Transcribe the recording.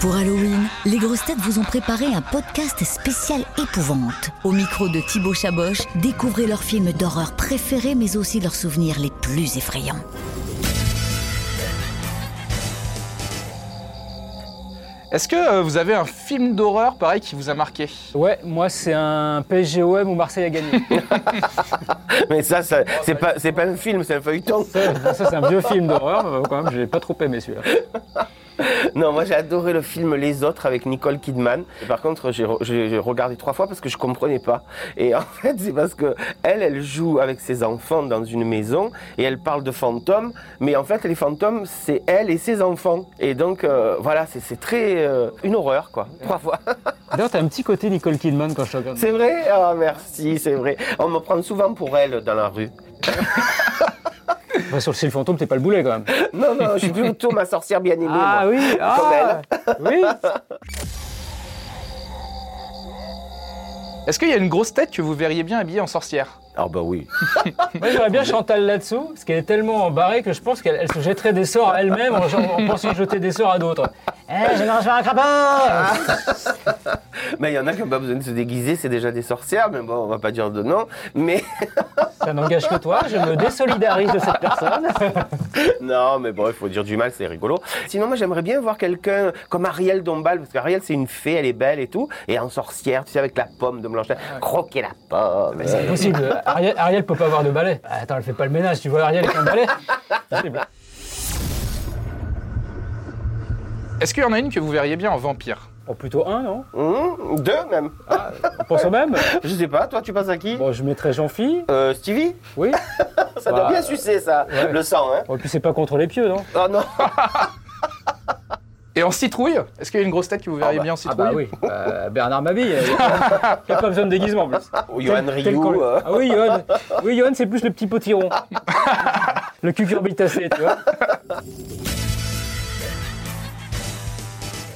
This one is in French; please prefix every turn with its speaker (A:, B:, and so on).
A: Pour Halloween, les grosses têtes vous ont préparé un podcast spécial épouvante. Au micro de Thibaut Chaboch, découvrez leurs films d'horreur préférés mais aussi leurs souvenirs les plus effrayants.
B: Est-ce que euh, vous avez un film d'horreur pareil qui vous a marqué
C: Ouais, moi c'est un PSGOM où Marseille a gagné.
D: Mais ça, ça c'est pas, c'est pas un film, c'est un feuilleton.
C: ça, ça, c'est un vieux film d'horreur, mais quand même, j'ai pas trop aimé celui-là.
D: Non, moi j'ai adoré le film Les Autres avec Nicole Kidman. Et par contre, j'ai re- j'ai j'ai regardé trois fois parce que je comprenais pas. Et en fait, c'est parce que elle, elle joue avec ses enfants dans une maison et elle parle de fantômes. Mais en fait, les fantômes, c'est elle et ses enfants. Et donc, euh, voilà, c'est c'est très euh, une horreur, quoi. Trois fois.
C: D'ailleurs, t'as un petit côté Nicole Kidman quand je te regarde.
D: C'est vrai Ah, merci, c'est vrai. On me prend souvent pour elle dans la rue.
C: Enfin, sur le film fantôme, t'es pas le boulet quand même.
D: Non, non, je suis plutôt ma sorcière bien aimée.
C: Ah
D: moi.
C: oui, ah, oui.
B: Est-ce qu'il y a une grosse tête que vous verriez bien habillée en sorcière
D: Ah, bah oui.
C: Moi j'aurais bien Chantal là-dessous, parce qu'elle est tellement barrée que je pense qu'elle elle se jetterait des sorts à elle-même en, en pensant jeter des sorts à d'autres. Eh, j'aimerais faire un crapin
D: Mais il y en a qui n'ont pas besoin de se déguiser, c'est déjà des sorcières, mais bon, on va pas dire de nom. Mais
C: Ça n'engage que toi, je me désolidarise de cette personne.
D: non, mais bon, il faut dire du mal, c'est rigolo. Sinon, moi, j'aimerais bien voir quelqu'un comme Ariel Dombal, parce qu'Ariel, c'est une fée, elle est belle et tout, et en sorcière, tu sais, avec la pomme de Blanchette, croquer la pomme.
C: C'est impossible, Ariel, Ariel peut pas avoir de balai. Bah, Attends, elle fait pas le ménage, tu vois Ariel avec un balai Impossible.
B: Est-ce qu'il y en a une que vous verriez bien en vampire
C: Bon, plutôt un, non
D: Hum, deux même.
C: On pense au même
D: Je sais pas, toi, tu penses à qui
C: Ah. Bon, je mettrais Jean-Phi,
D: Euh, Stevie
C: oui.
D: Ça
C: Bah,
D: doit bien sucer, ça,
C: ouais.
D: le sang, hein.
C: Bon, et puis c'est pas contre les pieux, non
D: Oh non
B: Et en citrouille Est-ce qu'il y a une grosse tête que vous verriez
D: bah,
B: bien en
C: Ah
B: citrouille
C: bah oui, euh, Bernard Mabille, il a pas besoin de déguisement en plus.
D: Ou Johan
C: Tel- tel
D: Rioux,
C: qu'on-
D: euh.
C: Ah oui, Johan. Oui, Johan, c'est plus le petit potiron. le cucurbitacé, tu vois.